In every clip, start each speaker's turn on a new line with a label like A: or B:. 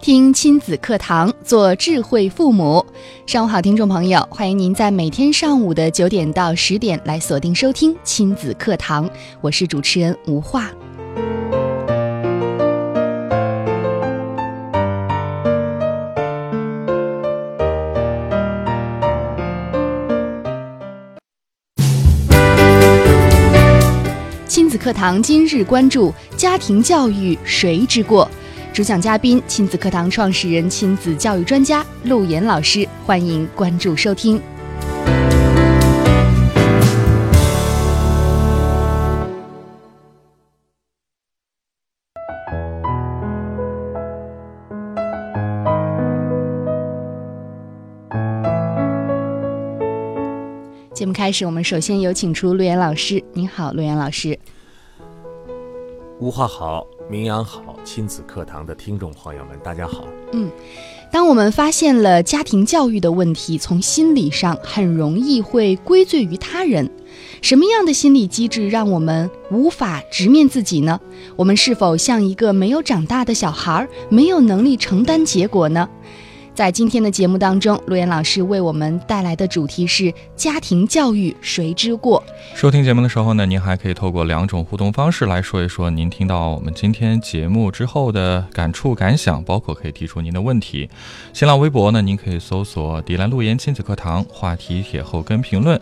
A: 听亲子课堂，做智慧父母。上午好，听众朋友，欢迎您在每天上午的九点到十点来锁定收听亲子课堂，我是主持人吴化。亲子课堂今日关注：家庭教育谁之过？主讲嘉宾：亲子课堂创始人、亲子教育专家陆岩老师，欢迎关注收听。节目开始，我们首先有请出陆岩老师。您好，陆岩老师。
B: 吴话好，名扬好，亲子课堂的听众朋友们，大家好。
A: 当我们发现了家庭教育的问题，从心理上很容易会归罪于他人。什么样的心理机制让我们无法直面自己呢？我们是否像一个没有长大的小孩儿，没有能力承担结果呢？在今天的节目当中，陆岩老师为我们带来的主题是家庭教育谁之过？
C: 收听节目的时候呢，您还可以透过两种互动方式来说一说您听到我们今天节目之后的感触、感想，包括可以提出您的问题。新浪微博呢，您可以搜索“迪兰路言亲子课堂”话题帖后跟评论；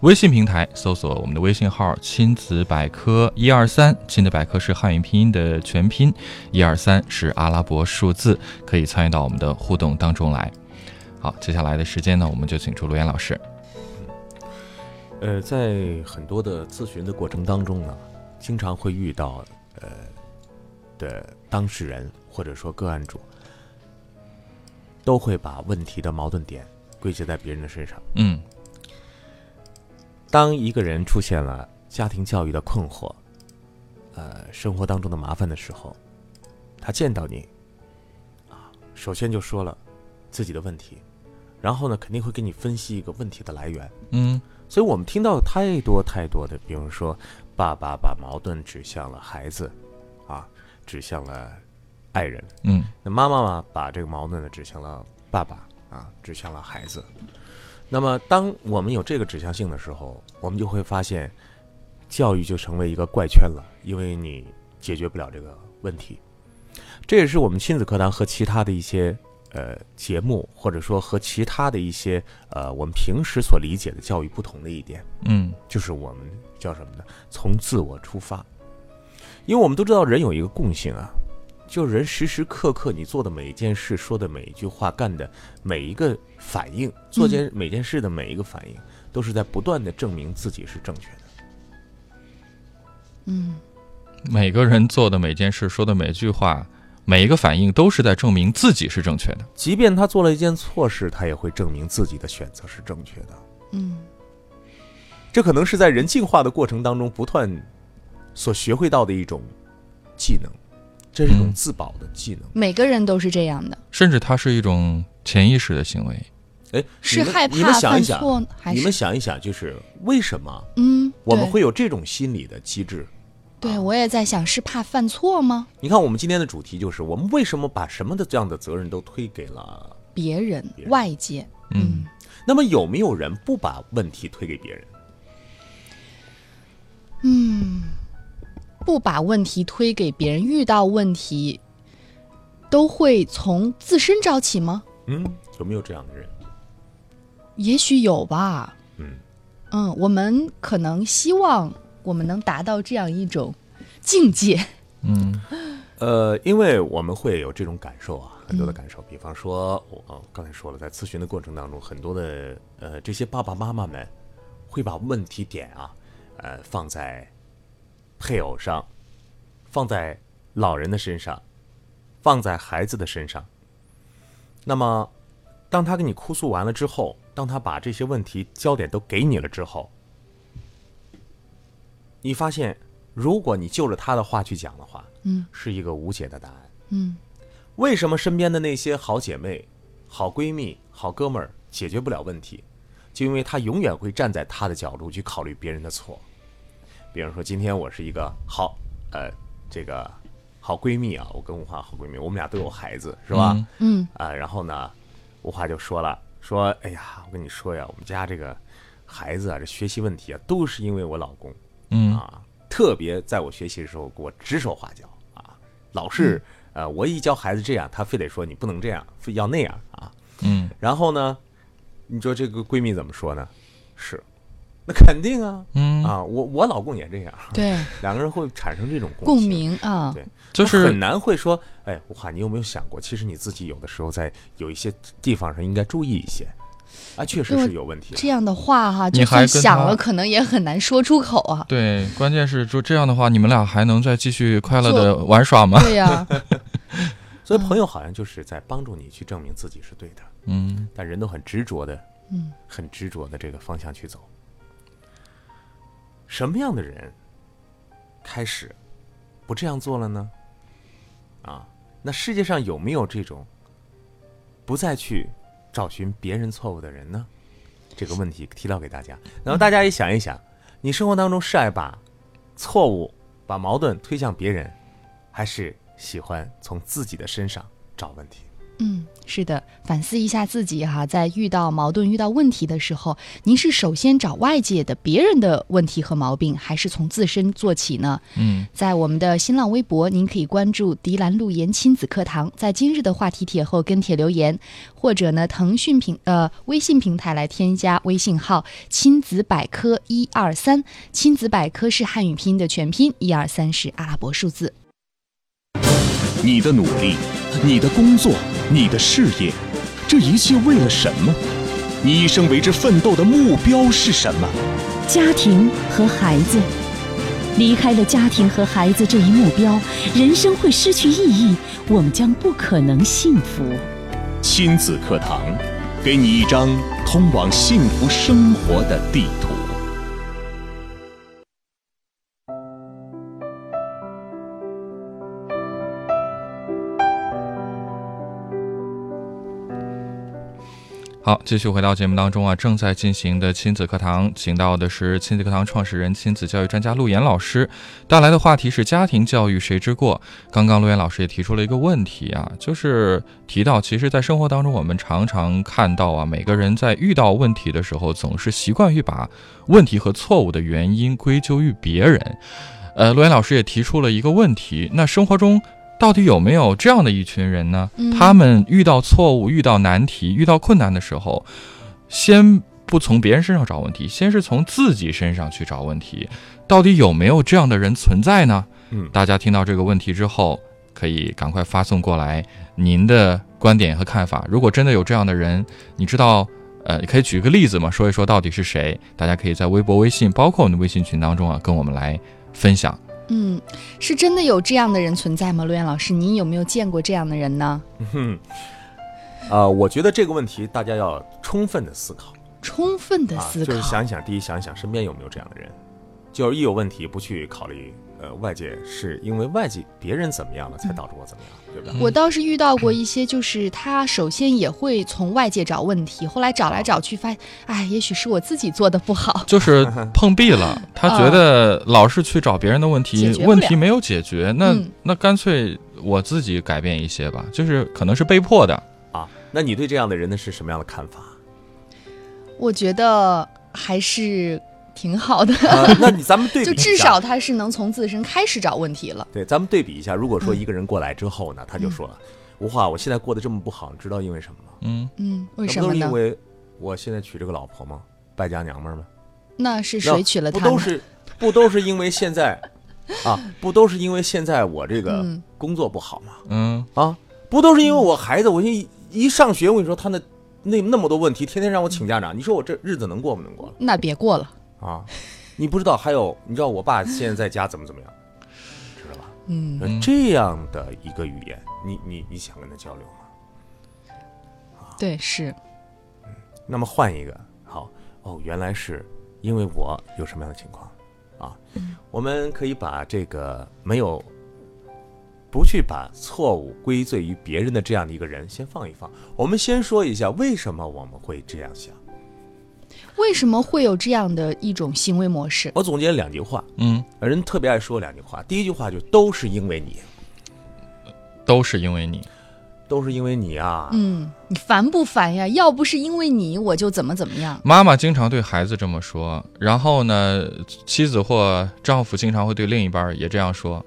C: 微信平台搜索我们的微信号“亲子百科一二三”，亲子百科是汉语拼音的全拼，一二三是阿拉伯数字，可以参与到我们的互动当中来。好，接下来的时间呢，我们就请出罗岩老师。
B: 呃，在很多的咨询的过程当中呢，经常会遇到呃的当事人或者说个案主，都会把问题的矛盾点归结在别人的身上。
C: 嗯
B: 当一个人出现了家庭教育的困惑，呃，生活当中的麻烦的时候，他见到你，啊，首先就说了自己的问题，然后呢，肯定会给你分析一个问题的来源。
C: 嗯。
B: 所以我们听到太多太多的，比如说，爸爸把矛盾指向了孩子，啊，指向了爱人；
C: 嗯
B: 那妈妈嘛，把这个矛盾呢指向了爸爸，啊，指向了孩子。那么，当我们有这个指向性的时候，我们就会发现，教育就成为一个怪圈了，因为你解决不了这个问题。这也是我们亲子课堂和其他的一些呃节目，或者说和其他的一些呃我们平时所理解的教育不同的一点。
C: 嗯
B: 就是我们叫什么呢？从自我出发，因为我们都知道人有一个共性啊，就是人时时刻刻你做的每一件事、说的每一句话、干的每一个反应、做件每件事的每一个反应，都是在不断的证明自己是正确的。
A: 嗯，
C: 每个人做的每件事、说的每句话、每一个反应，都是在证明自己是正确的。
B: 即便他做了一件错事，他也会证明自己的选择是正确的。
A: 嗯，
B: 这可能是在人进化的过程当中不断所学会到的一种技能，这是一种
C: 嗯
B: 自保的技能。
A: 每个人都是这样的，
C: 甚至它是一种潜意识的行为。
B: 哎，
A: 是
B: 你们
A: 害
B: 你们
A: 怕
B: 想
A: 犯
B: 一想，
A: 错还
B: 你们
A: 是
B: 想一想，就是为什么
A: 嗯？
B: 我们
A: 对
B: 会有这种心理的机制？
A: 对，我也在想，是怕犯错吗？
B: 你看，我们今天的主题就是我们为什么把什么的这样的责任都推给了？
A: 别人、
B: 别人
A: 外界，
C: 嗯，
B: 那么有没有人不把问题推给别人？
A: 嗯，不把问题推给别人，遇到问题都会从自身找起吗？
B: 嗯，有没有这样的人？
A: 也许有吧。
B: 嗯
A: 嗯，我们可能希望我们能达到这样一种境界。
C: 嗯
B: 呃，因为我们会有这种感受啊，很多的感受。比方说，我、哦、刚才说了，在咨询的过程当中，很多的呃这些爸爸妈妈们会把问题点啊，呃放在配偶上，放在老人的身上，放在孩子的身上。那么，当他跟你哭诉完了之后，当他把这些问题焦点都给你了之后，你发现，如果你就着他的话去讲的话，
A: 嗯，
B: 是一个无解的答案。
A: 嗯，
B: 为什么身边的那些好姐妹、好闺蜜、好哥们儿解决不了问题？就因为他永远会站在他的角度去考虑别人的错。比如说，今天我是一个好，呃，这个好闺蜜啊，我跟吴华好闺蜜，我们俩都有孩子，是吧？
C: 嗯
A: 嗯
B: 啊、然后呢，吴华就说了，说，哎呀，我跟你说呀，我们家这个孩子啊，这学习问题啊，都是因为我老公
C: 嗯
B: 啊，特别在我学习的时候给我指手画脚啊，老是、
A: 嗯
B: 呃，我一教孩子这样，他非得说你不能这样，非要那样啊。
C: 嗯
B: 然后呢，你说这个闺蜜怎么说呢？是，那肯定啊
C: 嗯，
B: 啊，我我老公也这样，
A: 对，
B: 两个人会产生这种共
A: 共
B: 情
A: 鸣啊，
B: 对
C: 就
B: 很
C: 是
B: 难会说，哎，哇，你有没有想过，其实你自己有的时候在有一些地方上应该注意一些，啊，确实
A: 对我
B: 是有问题的。
A: 这样的话哈，
C: 你
A: 就算
C: 还跟
A: 想
C: 他
A: 了，可能也很难说出口啊。
C: 对，关键是说这样的话，你们俩还能再继续快乐的
A: 做
C: 玩耍吗？
A: 对呀，
B: 所以朋
A: 嗯
B: 友好像就是在帮助你去证明自己是对的，
C: 嗯
B: 但人都很执着的，
A: 嗯，
B: 很执着的这个方向去走。什么样的人开始不这样做了呢？啊，那世界上有没有这种不再去找寻别人错误的人呢？这个问题提到给大家，然后大家也想一想，你生活当中是爱把错误、把矛盾推向别人，还是喜欢从自己的身上找问题？
A: 嗯，是的，反思一下自己哈，在遇到矛盾、遇到问题的时候，您是首先找外界的别人的问题和毛病，还是从自身做起呢？
C: 嗯，
A: 在我们的新浪微博，您可以关注“迪兰路言亲子课堂”，在今日的话题帖后跟帖留言，或者呢，腾讯平呃微信平台来添加微信号“亲子百科一二三”，亲子百科是汉语拼音的全拼，一二三是阿拉伯数字。
D: 你的努力，你的工作，你的事业，这一切为了什么？你一生为之奋斗的目标是什么？
E: 家庭和孩子。离开了家庭和孩子这一目标，人生会失去意义，我们将不可能幸福。
D: 亲子课堂，给你一张通往幸福生活的地图。
C: 好，继续回到节目当中啊，正在进行的亲子课堂，请到的是亲子课堂创始人、亲子教育专家陆岩老师，带来的话题是家庭教育谁之过。刚刚陆岩老师也提出了一个问题啊，就是提到，其实，在生活当中，我们常常看到啊，每个人在遇到问题的时候，总是习惯于把问题和错误的原因归咎于别人。呃，陆岩老师也提出了一个问题，那生活中到底有没有这样的一群人呢？
A: 嗯
C: 他们遇到错误、遇到难题、遇到困难的时候，先不从别人身上找问题，先是从自己身上去找问题。到底有没有这样的人存在呢？
B: 嗯
C: 大家听到这个问题之后，可以赶快发送过来您的观点和看法。如果真的有这样的人，你知道，呃，可以举个例子吗？说一说到底是谁？大家可以在微博、微信，包括我们的微信群当中啊，跟我们来分享。
A: 嗯，是真的有这样的人存在吗？陆岩老师，您有没有见过这样的人呢？
B: 哼，呃，我觉得这个问题大家要充分的思考
A: 充分的
B: 啊，
A: 思
B: 就
A: 考，
B: 是想一想，第一想一想身边有没有这样的人，就是一有问题不去考虑，呃，外界是因为外界别人怎么样了才导致我怎么样，对不对？
A: 我倒是遇到过一些，就是他首先也会从外界找问题，后来找来找去发现，哎，也许是我自己做的不好。
C: 就是碰壁了，他觉得老是去找别人的问题
A: 解决，不了
C: 问题没有解决，那
A: 嗯
C: 那干脆我自己改变一些吧，就是可能是被迫的。
B: 啊，那你对这样的人呢是什么样的看法？
A: 我觉得还是挺好的，
B: 啊，那你咱们 对比
A: 就
B: 一下，
A: 至少他是能从自身开始找问题了。
B: 对，咱们对比一下，如果
A: 嗯
B: 说一个人过来之后呢，他就说了，吴华，我现在过得这么不好，你知道因为什么吗？
C: 嗯，
A: 嗯，为
B: 那
A: 什
B: 不都
A: 么
B: 是因
A: 呢？
B: 为我现在娶这个老婆吗？败家娘们儿吗？
A: 那是
B: 那
A: 谁娶了
B: 不
A: 他
B: 都
A: 呢？
B: 是不都是因为现在啊？不都是因为现在我这个
A: 嗯
B: 工作不好吗？
C: 嗯，
B: 啊，不都是因为我孩子，我一一上学，我跟你说他那那那么多问题，天天让我请家长，你说我这日子能过不能过
A: 那别过了，
B: 啊？你不知道，还有你知道我爸现在在家怎么怎么样，知道吧？
A: 嗯，
B: 呃这样的一个语言，你你你想跟他交流吗？
A: 对，是，
B: 那么换一个，好哦，原来是因为我有什么样的情况啊？我们可以把这个没有不去把错误归罪于别人的这样的一个人先放一放，我们先说一下为什么我们会这样想。
A: 为什么会有这样的一种行为模式？
B: 我总结了两句话，
C: 嗯，
B: 人特别爱说两句话，第一句话就都是因为你，
C: 都是因为你。
B: 都是因为你啊，
A: 嗯，你烦不烦呀？要不是因为你，我就怎么怎么样。
C: 妈妈经常对孩子这么说，然后呢，妻子或丈夫经常会对另一半儿也这样说。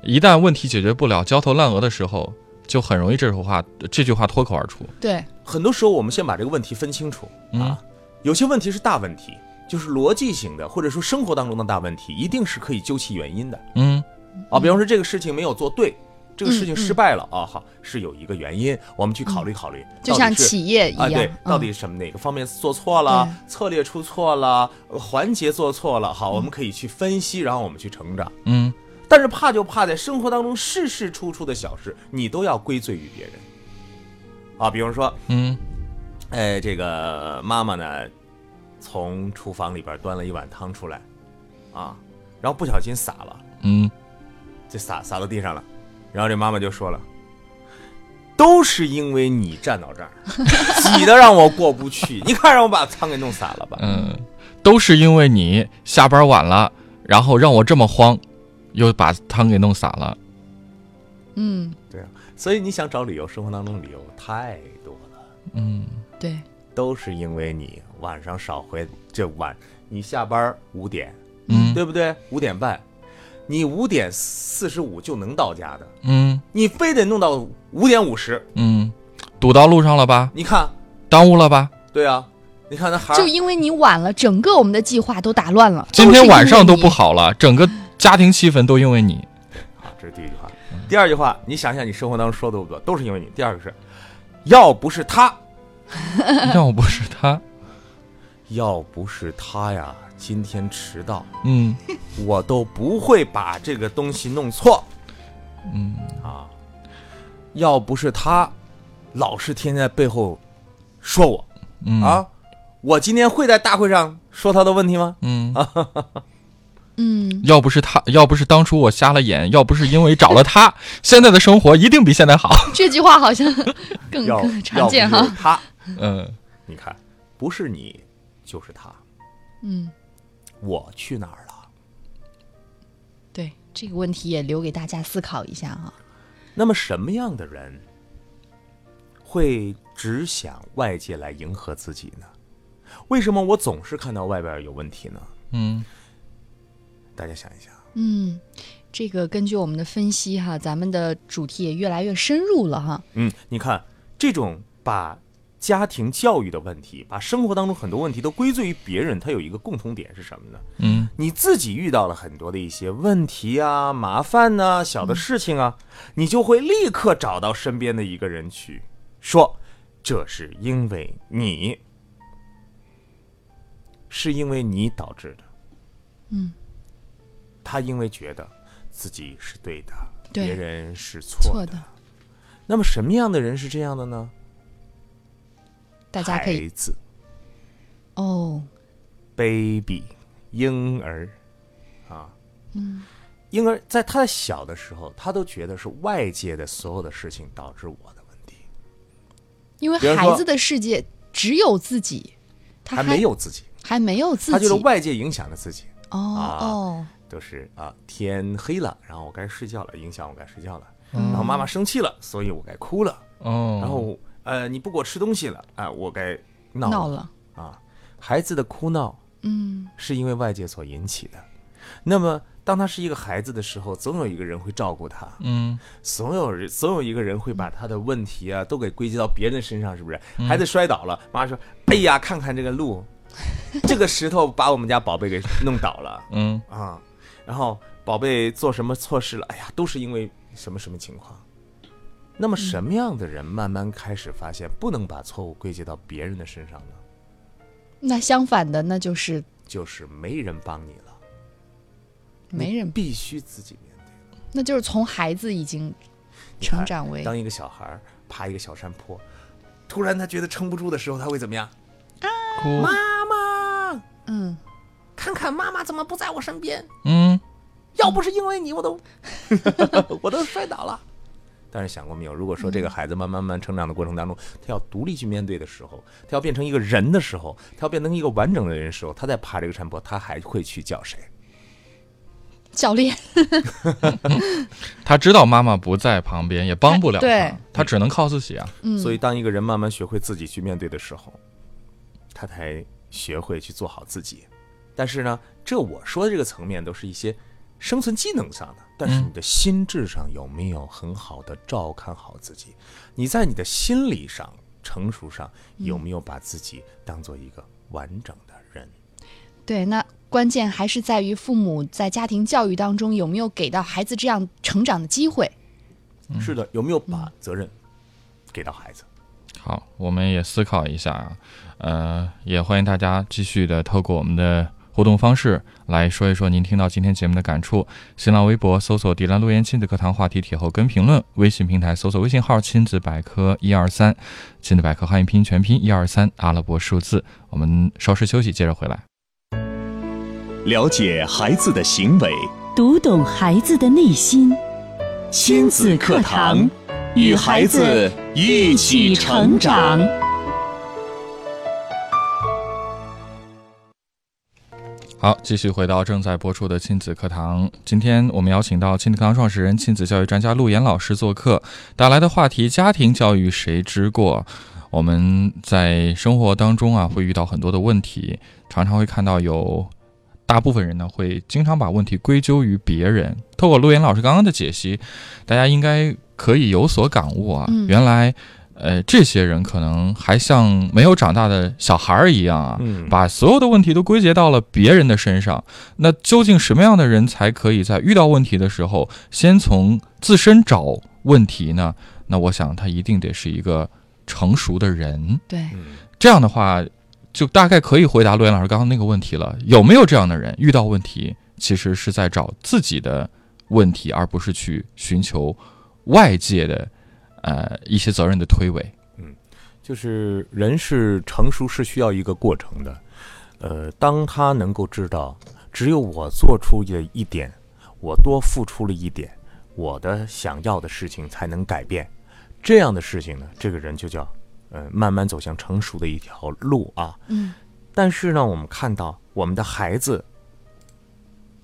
C: 一旦问题解决不了、焦头烂额的时候，就很容易这句话这句话脱口而出。
A: 对，
B: 很多时候我们先把这个问题分清楚啊，有些问题是大问题，就是逻辑性的，或者说生活当中的大问题，一定是可以究其原因的
C: 嗯，
B: 啊。比方说这个事情没有做对，这个事
A: 嗯
B: 情失败了、啊，好是有一个原因，我们去考虑考虑，
A: 嗯就像
B: 到底是
A: 企业一
B: 啊，
A: 样，
B: 对，到底
A: 嗯、
B: 什么哪个方面做错了，
A: 对
B: 策略出错了，呃环节做错了，好，我
A: 嗯
B: 们可以去分析，然后我们去成长。
C: 嗯，
B: 但是怕就怕在生活当中事事出出的小事，你都要归罪于别人，啊，比方说，
C: 嗯，
B: 哎，这个妈妈呢，从厨房里边端了一碗汤出来，啊，然后不小心洒了，
C: 嗯，
B: 这洒洒到地上了，然后这妈妈就说了。都是因为你站到这儿，挤得让我过不去。你看，让我把汤给弄洒了吧。
C: 嗯，都是因为你下班晚了，然后让我这么慌，又把汤给弄洒了。
A: 嗯，
B: 对啊，所以你想找理由，生活当中理由太多了，
C: 嗯，
A: 对，
B: 都是因为你晚上少回这晚，你下班五点，
C: 嗯
B: 对不对？五点半，你五点四十五就能到家的，
C: 嗯
B: 你非得弄到五点五十，
C: 嗯，堵到路上了吧？
B: 你看，
C: 耽误了吧？
B: 对啊，你看那孩
A: 就
B: 儿，
A: 因为你晚了，整个我们的计划都打乱了。
C: 今天晚上都
A: 是因为你
C: 不好了，整个家庭气氛都因为你。
B: 啊，这是第一句话。第二句话，你想想你生活当中说的多不多，都是因为你。第二个是，要不是他，
C: 要不是他，
B: 要不是他呀，今天迟到，
C: 嗯
B: 我都不会把这个东西弄错。
C: 嗯
B: 啊，要不是他老是天天在背后说我、
C: 嗯，
B: 啊，我今天会在大会上说他的问题吗？
C: 嗯，
A: 嗯，
C: 要不是他，要不是当初我瞎了眼，要不是因为找了 他，现在的生活一定比现在好。
A: 这句话好像更
B: 要
A: 更嗯常见
B: 要不
A: 哈
B: 是。他，
C: 嗯
B: 你看，不是你就是他，
A: 嗯，
B: 我去哪儿了？
A: 对，这个问题也留给大家思考一下哈。
B: 那么什么样的人会只想外界来迎合自己呢？为什么我总是看到外边有问题呢？
C: 嗯
B: 大家想一想，
A: 嗯，这个根据我们的分析哈，咱们的主题也越来越深入了哈。
B: 嗯，你看这种把家庭教育的问题，把生活当中很多问题都归罪于别人，它有一个共同点是什么呢？
C: 嗯
B: 你自己遇到了很多的一些问题啊、麻烦呐、小的事情啊，你就会立刻找到身边的一个人去说，这是因为你，是因为你导致的。
A: 嗯，
B: 他因为觉得自己是对的，
A: 对
B: 别人是错
A: 错
B: 的。
A: 的，
B: 那么什么样的人是这样的呢？
A: 大家可以
B: 孩子、
A: 哦，
B: baby、婴儿，啊，嗯，婴儿在他小的时候，他都觉得是外界的所有的事情导致我的问题，
A: 因为
B: 比如说
A: 孩子的世界只有自己，他
B: 还没有自己，
A: 还没有自己，
B: 他觉得外界影响了自己，
A: 哦
B: 啊
A: 哦，
B: 都是啊，天黑了，然后我该睡觉了，影响我该睡觉了，
A: 嗯
B: 然后妈妈生气了，所以我该哭了，
C: 哦，
B: 然后呃，你不给我吃东西了，啊、我该闹
A: 闹了，
B: 啊，孩子的哭闹
A: 嗯，
B: 是因为外界所引起的。那么，当他是一个孩子的时候，总有一个人会照顾他，
C: 嗯
B: 总有人总有一个人会把他的问题啊都给归结到别人身上，是不是？
C: 嗯
B: 孩子摔倒了，妈说：“哎呀，看看这个 路，这个石头把我们家宝贝给弄倒了
C: 嗯
B: 啊！”然后宝贝做什么错事了？哎呀，都是因为什么什么情况。那么什么样的人慢慢开始发现不能把错误归结到别人的身上呢？
A: 那相反的那就是
B: 就是没人帮你了，
A: 没人
B: 你，必须自己面对。
A: 那就是从孩子已经
B: 你看
A: 成长为
B: 当一个小孩儿爬一个小山坡，突然他觉得撑不住的时候，他会怎么样？
C: 哭，
B: 妈妈，
A: 嗯，
B: 看看妈妈怎么不在我身边？
C: 嗯，
B: 要不是因为你，我 都我都摔倒了。但是想过没有？如果说这
A: 嗯
B: 个孩子慢慢慢慢成长的过程当中，他要独立去面对的时候，他要变成一个人的时候，他要变成一个完整的人的时候，他在爬这个山坡，他还会去叫谁？
A: 教练，
C: 他知道妈妈不在旁边，也帮不了
A: 他对
C: 他，他只能靠自己啊。
A: 嗯，
B: 所以，当一个人慢慢学会自己去面对的时候，他才学会去做好自己。但是呢，这我说的这个层面都是一些生存技能上的，但是你的心智上有没有很好的照看好自己？你在你的心理上、成熟上有没有把自己当做一个完整的人？
A: 对，那关键还是在于父母在家庭教育当中有没有给到孩子这样成长的机会。
B: 是的，有没有把责任给到孩子？
C: 好，我们也思考一下啊，呃，也欢迎大家继续的透过我们的互动方式来说一说您听到今天节目的感触。新浪微博搜索“迪兰路言亲子课堂”话题帖后跟评论，微信平台搜索微信号“亲子百科一二三”，亲子百科汉语拼音全拼一二三阿拉伯数字。我们稍事休息，接着回来。
D: 了解孩子的行为，
E: 读懂孩子的内心。亲子课堂，
D: 与孩子一起成长。。
C: 好，继续回到正在播出的亲子课堂。今天我们邀请到亲子课堂创始人、亲子教育专家陆岩老师做客，带来的话题：家庭教育谁知过？我们在生活当中啊，会遇到很多的问题，常常会看到有大部分人呢，会经常把问题归咎于别人。透过陆岩老师刚刚的解析，大家应该可以有所感悟啊。
A: 嗯
C: 原来，呃，这些人可能还像没有长大的小孩儿一样啊，
B: 嗯
C: 把所有的问题都归结到了别人的身上。那究竟什么样的人才可以在遇到问题的时候，先从自身找问题呢？那我想他一定得是一个成熟的人。
A: 对，
B: 嗯，
C: 这样的话，就大概可以回答陆岩老师刚刚那个问题了。有没有这样的人，遇到问题其实是在找自己的问题，而不是去寻求外界的呃一些责任的推诿？
B: 就是人是成熟是需要一个过程的，呃，当他能够知道，只有我做出的一点，我多付出了一点，我的想要的事情才能改变，这样的事情呢，这个人就叫，呃，慢慢走向成熟的一条路啊。
A: 嗯，
B: 但是呢，我们看到我们的孩子，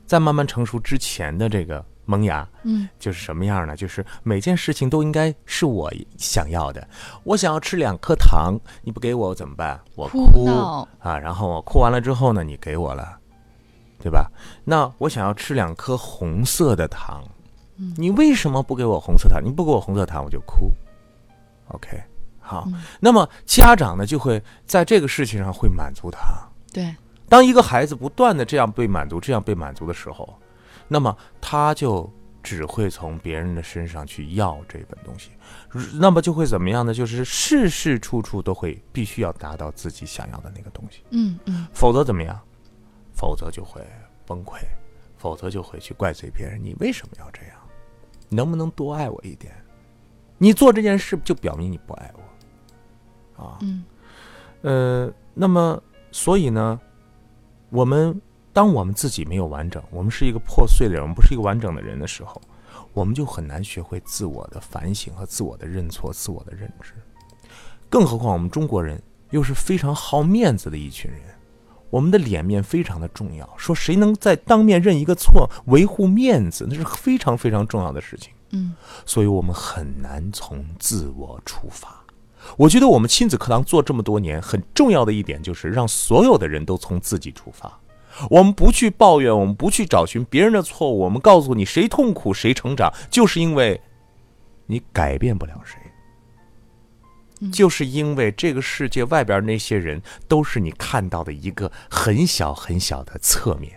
B: 在慢慢成熟之前的这个萌芽，
A: 嗯，
B: 就是什么样呢？就是每件事情都应该是我想要的。我想要吃两颗糖，你不给我怎么办？我
A: 哭闹，
B: 啊，然后我哭完了之后呢，你给我了，对吧？那我想要吃两颗红色的糖，
A: 嗯
B: 你为什么不给我红色糖？你不给我红色糖，我就哭。OK，好，那么家长呢就会在这个事情上会满足他。
A: 对，
B: 当一个孩子不断的这样被满足、这样被满足的时候，那么他就只会从别人的身上去要这份东西，如那么就会怎么样呢？就是事事处处都会必须要达到自己想要的那个东西，
A: 嗯嗯，
B: 否则怎么样？否则就会崩溃，否则就会去怪罪别人，你为什么要这样？你能不能多爱我一点？你做这件事就表明你不爱我，啊，
A: 嗯，
B: 呃，那么所以呢，我们当我们自己没有完整，我们是一个破碎的人，我们不是一个完整的人的时候，我们就很难学会自我的反省和自我的认错、自我的认知。更何况我们中国人又是非常好面子的一群人，我们的脸面非常的重要。说谁能在当面认一个错，维护面子，那是非常非常重要的事情。
A: 嗯，
B: 所以我们很难从自我出发。我觉得我们亲子课堂做这么多年，很重要的一点就是让所有的人都从自己出发。我们不去抱怨，我们不去找寻别人的错误，我们告诉你谁痛苦谁成长，就是因为你改变不了谁，就是因为这个世界外边那些人都是你看到的一个很小很小的侧面。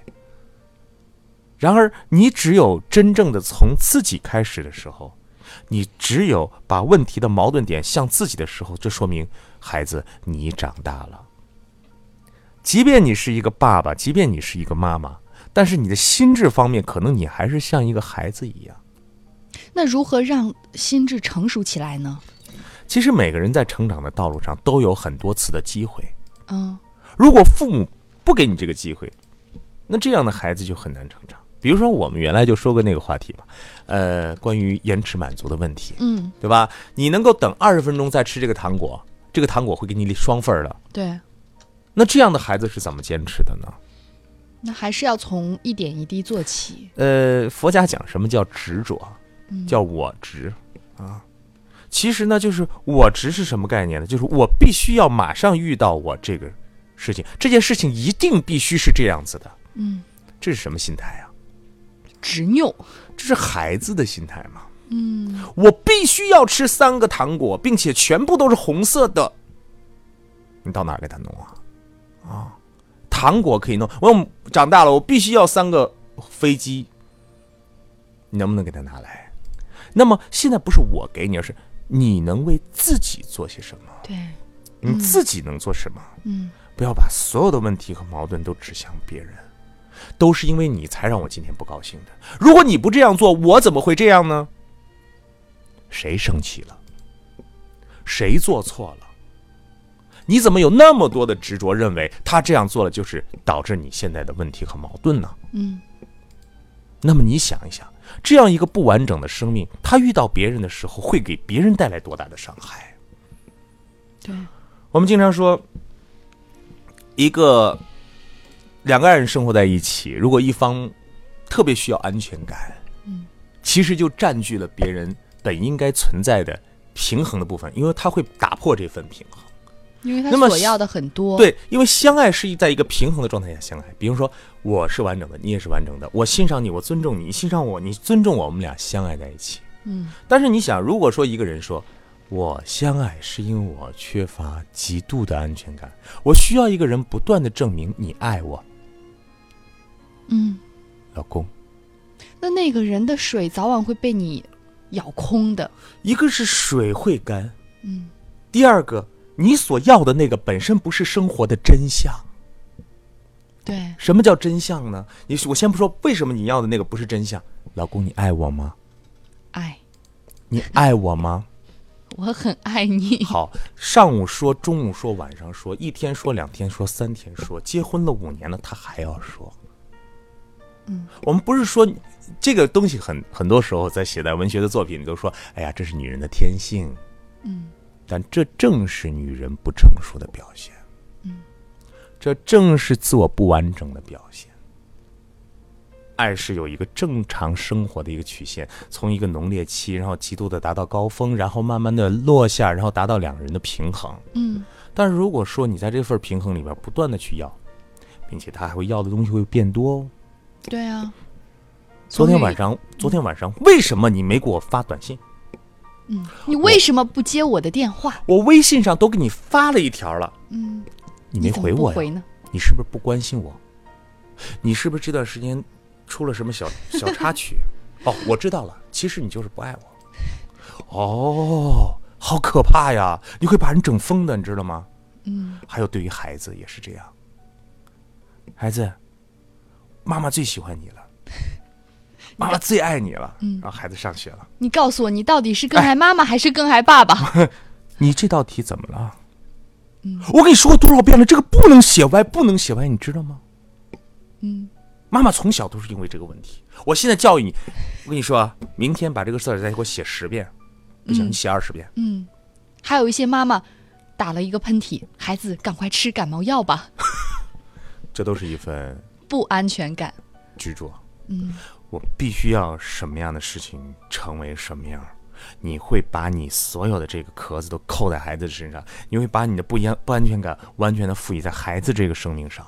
B: 然而，你只有真正的从自己开始的时候，你只有把问题的矛盾点向自己的时候，这说明孩子你长大了。即便你是一个爸爸，即便你是一个妈妈，但是你的心智方面，可能你还是像一个孩子一样。
A: 那如何让心智成熟起来呢？
B: 其实每个人在成长的道路上都有很多次的机会，
A: 嗯
B: 如果父母不给你这个机会，那这样的孩子就很难成长。比如说，我们原来就说过那个话题嘛，呃，关于延迟满足的问题，
A: 嗯，
B: 对吧？你能够等二十分钟再吃这个糖果，这个糖果会给你双份儿的。
A: 对，
B: 那这样的孩子是怎么坚持的呢？
A: 那还是要从一点一滴做起。
B: 呃，佛家讲什么叫执着，
A: 嗯
B: 叫我执啊。其实呢，就是我执是什么概念呢？就是我必须要马上遇到我这个事情，这件事情一定必须是这样子的。
A: 嗯，
B: 这是什么心态啊？
A: 执拗。
B: 这是孩子的心态嘛？
A: 嗯
B: 我必须要吃三个糖果，并且全部都是红色的。你到哪儿给他弄啊？啊，糖果可以弄，我长大了，我必须要三个飞机。你能不能给他拿来？那么现在不是我给你，而是你能为自己做些什么？
A: 对，
B: 你自己能做什么？
A: 嗯
B: 不要把所有的问题和矛盾都指向别人，都是因为你才让我今天不高兴的。如果你不这样做，我怎么会这样呢？谁生气了？谁做错了？你怎么有那么多的执着，认为他这样做了就是导致你现在的问题和矛盾呢？
A: 嗯
B: 那么你想一想，这样一个不完整的生命，他遇到别人的时候，会给别人带来多大的伤害？
A: 对，
B: 我们经常说，一个两个人生活在一起，如果一方特别需要安全感，
A: 嗯，
B: 其实就占据了别人本应该存在的平衡的部分，因为他会打破这份平衡。
A: 因为他
B: 那么
A: 所要的很多。，
B: 对，因为相爱是在一个平衡的状态下相爱。比如说，我是完整的，你也是完整的，我欣赏你，我尊重你，你欣赏我，你尊重我，我们俩相爱在一起。
A: 嗯
B: 但是你想，如果说一个人说我相爱是因为我缺乏极度的安全感，我需要一个人不断的证明你爱我，
A: 嗯，
B: 老公。
A: 那那个人的水早晚会被你舀空的。
B: 一个是水会干，
A: 嗯
B: 第二个你所要的那个本身不是生活的真相。
A: 对，
B: 什么叫真相呢？你我先不说为什么你要的那个不是真相，老公，你爱我吗？
A: 爱，
B: 你爱我吗？
A: 哎我很爱你。
B: 好，上午说，中午说，晚上说，一天说，两天说，三天说，结婚了五年了，他还要说。
A: 嗯，
B: 我们不是说这个东西很很多时候在写在文学的作品里都说，哎呀，这是女人的天性，
A: 嗯
B: 但这正是女人不成熟的表现。
A: 嗯，
B: 这正是自我不完整的表现。爱是有一个正常生活的一个曲线，从一个浓烈期，然后极度的达到高峰，然后慢慢的落下，然后达到两人的平衡。
A: 嗯
B: 但是如果说你在这份平衡里边不断的去要，并且他还会要的东西会变多哦。
A: 对啊。
B: 昨天晚上，昨天晚上为什么你没给我发短信？
A: 嗯，你为什么不接我的电话？
B: 我微信上都给你发了一条了，
A: 嗯，
B: 你没
A: 怎么
B: 回
A: 不
B: 我呀？
A: 回呢？
B: 你是不是不关心我？你是不是这段时间出了什 么小小插曲？哦，我知道了，其实你就是不爱我。哦，好可怕呀！你会把人整疯的，你知道吗？
A: 嗯
B: 还有对于孩子也是这样。孩子，妈妈最喜欢 你了，妈妈最爱你了。
A: 嗯
B: 然后孩子上学了，
A: 你告诉我，你到底是
B: 哎
A: 更爱妈妈还是更爱爸爸？
B: 你这道题怎么了？
A: 嗯
B: 我跟你说过多少遍了，这个不能写歪，不能写歪，你知道吗？
A: 嗯
B: 妈妈从小都是因为这个问题。我现在教育你，我跟你说啊，明天把这个字儿再给我写十遍，不行，
A: 嗯
B: 你写二十遍。
A: 嗯，还有一些妈妈打了一个喷嚏，孩子赶快吃感冒药吧，
B: 这都是一份
A: 不安全感。
B: 执着。
A: 嗯
B: 我必须要什么样的事情成为什么样儿。你会把你所有的这个壳子都扣在孩子身上，你会把你的不一样不安全感完全的赋予在孩子这个生命上。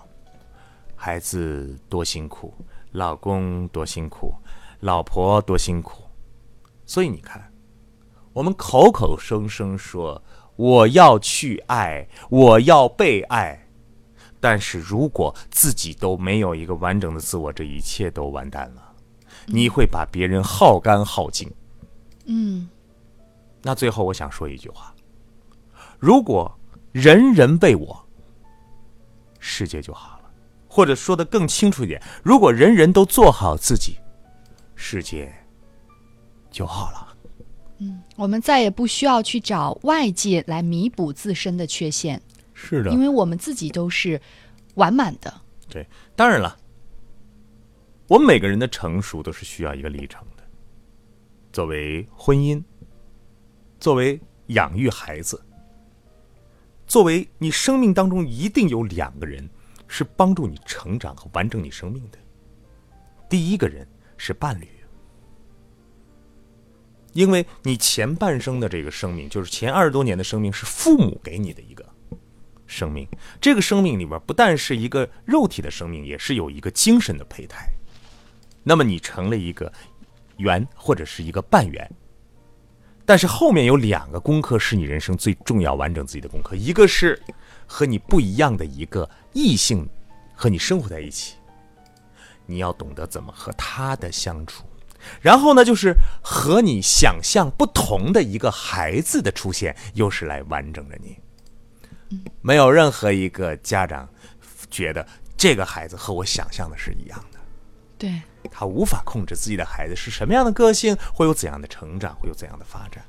B: 孩子多辛苦，老公多辛苦，老婆多辛苦。所以你看，我们口口声声说我要去爱，我要被爱，但是如果自己都没有一个完整的自我，这一切都完蛋了。你会把别人耗干耗尽。
A: 嗯
B: 那最后我想说一句话：如果人人为我，世界就好了；或者说的更清楚一点，如果人人都做好自己，世界就好了。
A: 嗯，我们再也不需要去找外界来弥补自身的缺陷，
B: 是的
A: 因为我们自己都是完满的。
B: 当然了，我们每个人的成熟都是需要一个历程的。作为婚姻，作为养育孩子，作为你生命当中一定有两个人是帮助你成长和完整你生命的。第一个人是伴侣，因为你前半生的这个生命，就是前二十多年的生命，是父母给你的一个生命。这个生命里边不但是一个肉体的生命，也是有一个精神的胚胎。那么你成了一个圆或者是一个半圆，但是后面有两个功课是你人生最重要完整自己的功课，一个是和你不一样的一个异性和你生活在一起，你要懂得怎么和他的相处。然后呢，就是和你想象不同的一个孩子的出现，又是来完整着你。没有任何一个家长觉得这个孩子和我想象的是一样的，
A: 对，
B: 他无法控制自己的孩子是什么样的个性，会有怎样的成长，会有怎样的发展。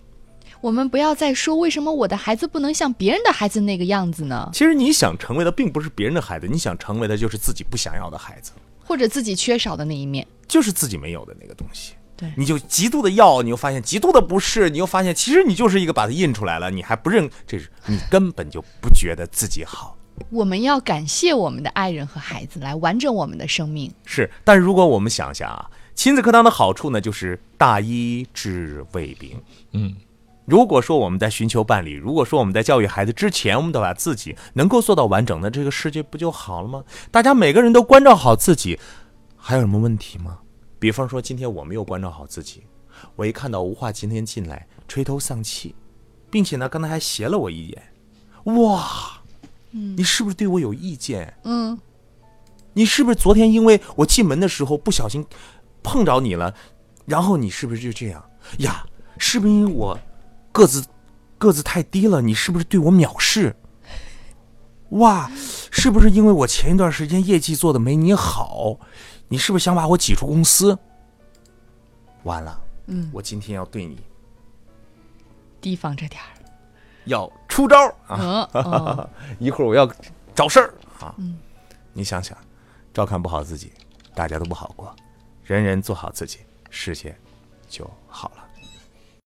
A: 我们不要再说为什么我的孩子不能像别人的孩子那个样子呢，
B: 其实你想成为的并不是别人的孩子，你想成为的就是自己不想要的孩子，
A: 或者自己缺少的那一面。
B: 就是自己没有的那个东西。
A: 对
B: 你就极度的要，你又发现极度的不是，你又发现其实你就是一个把它印出来了，你还不认，这是你根本就不觉得自己好。
A: 我们要感谢我们的爱人和孩子，来完整我们的生命。
B: 是，但是如果我们想想啊，亲子课堂的好处呢，就是大医治未病。
C: 嗯，
B: 如果说我们在寻求伴侣，如果说我们在教育孩子之前，我们得把自己能够做到完整的，这个世界不就好了吗？大家每个人都关照好自己，还有什么问题吗？比方说，今天我没有关照好自己，我一看到吴化今天进来，垂头丧气，并且呢，刚才还斜了我一眼，哇，你是不是对我有意见？
A: 嗯，
B: 你是不是昨天因为我进门的时候不小心碰着你了，然后你是不是就这样呀？是不是因为我个子个子太低了，你是不是对我藐视？哇，是不是因为我前一段时间业绩做的没你好，你是不是想把我挤出公司？完了，
A: 嗯，
B: 我今天要对你
A: 提防着点儿。
B: 要出招儿啊！
A: 嗯嗯，
B: 一会儿我要找事儿啊。你想想，照看不好自己，大家都不好过，人人做好自己，世界就好了。